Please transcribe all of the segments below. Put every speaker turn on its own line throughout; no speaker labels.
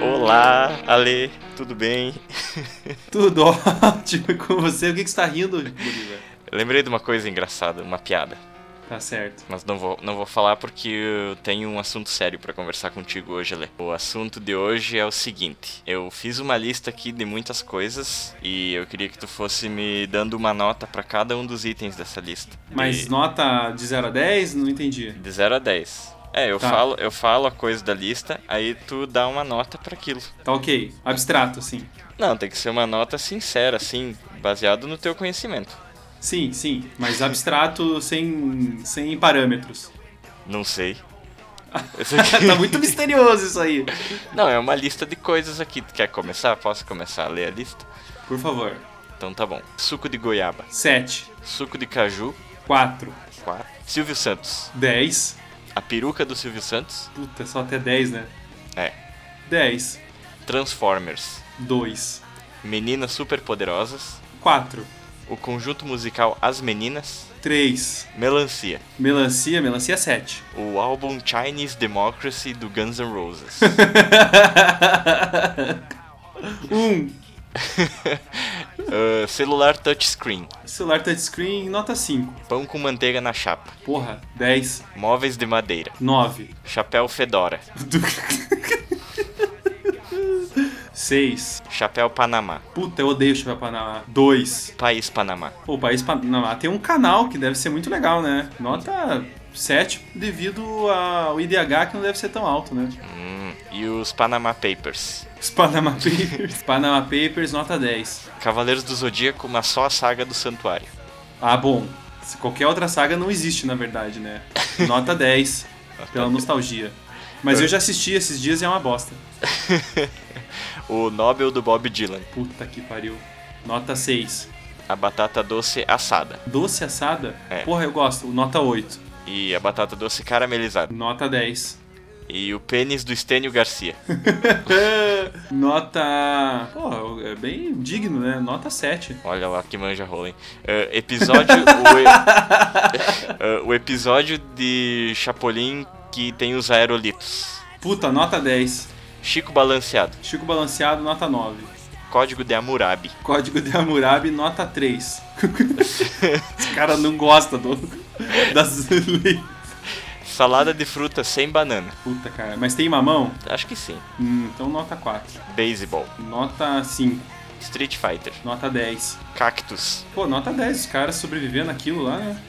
Olá, Ale, tudo bem?
Tudo ótimo e com você. O que, que você tá rindo, Bolívar?
Eu lembrei de uma coisa engraçada, uma piada.
Tá certo.
Mas não vou, não vou falar porque eu tenho um assunto sério pra conversar contigo hoje, Ale. O assunto de hoje é o seguinte: eu fiz uma lista aqui de muitas coisas e eu queria que tu fosse me dando uma nota pra cada um dos itens dessa lista.
Mas
E-
nota de 0 a 10? Não entendi.
de 0 a 10. É, eu
Tá.
falo, eu falo a coisa da lista, aí tu dá uma nota pra aquilo.
Tá ok. Abstrato, assim.
Não, tem que ser uma nota sincera, assim, baseado no teu conhecimento.
Sim, sim. Mas abstrato sem, sem parâmetros.
Não sei.
tá muito misterioso isso aí.
Não, é uma lista de coisas aqui. Tu quer começar? Posso começar a ler a lista?
Por favor.
Então tá bom. Suco de goiaba,
7,
suco de caju,
4,
4. Silvio Santos,
10.
a peruca do Silvio Santos,
Puta, só até 10, né?
É.
10,
Transformers,
2,
meninas superpoderosas,
4,
o conjunto musical As Meninas,
3,
Melancia,
melancia, melancia 7.
o álbum Chinese Democracy do Guns N' Roses.
1,
Ah, celular touchscreen,
celular touchscreen, nota 5.
pão com manteiga na chapa,
Porra, 10,
móveis de madeira,
9,
chapéu fedora,
6.
chapéu Panamá,
Puta, eu odeio chapéu Panamá. 2.
país Panamá.
Pô, o País Panamá tem um canal que deve ser muito legal, né? Nota 7 devido ao IDH que não deve ser tão alto, né?
Hum, e os Panama Papers.
Os Panama Papers. Panama Papers, nota 10.
Cavaleiros do Zodíaco, mas só a saga do Santuário.
Ah, bom. se Qualquer outra saga não existe, na verdade, né? Nota 10. pela nostalgia. Mas eu já assisti esses dias e é uma bosta.
O Nobel do Bob Dylan.
Puta que pariu. Nota 6.
A batata doce assada.
Doce assada?
É.
Porra, eu gosto. Nota 8.
E a batata doce caramelizada.
Nota 10.
E o pênis do Estênio Garcia.
Nota. Pô, é bem digno, né? Nota 7.
Olha lá que manja rola, hein? Ah, episódio. o, e- Ah, o episódio de Chapolin que tem os aerolitos.
Puta, nota 10.
Chico Balanceado.
Chico Balanceado, nota 9.
Código de Hammurabi.
Código de Hammurabi, nota 3. Os caras não gostam do... das leis.
Salada de fruta sem banana.
Puta, cara. Mas tem mamão?
Acho que sim.
Hum, então nota 4.
Baseball.
Nota 5.
Street Fighter.
Nota 10.
Cactus.
Pô, nota 10. Os caras sobrevivendo aquilo lá, né?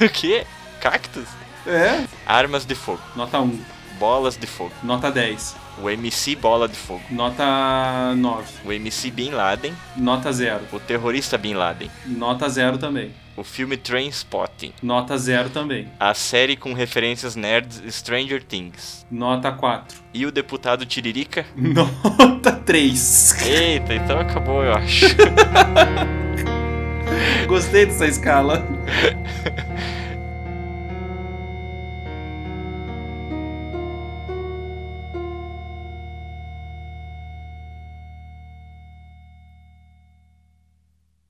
o quê? Cactus?
É.
Armas de fogo.
Nota 1.
Bolas de fogo.
Nota 10.
O MC Bola de Fogo.
Nota 9.
O MC Bin Laden.
Nota 0.
O terrorista Bin Laden.
Nota 0 também.
O filme Trainspotting.
Nota 0 também.
A série com referências nerds Stranger Things.
Nota 4.
E o deputado Tiririca?
Nota 3.
Eita, então acabou, eu acho.
Gostei dessa escala.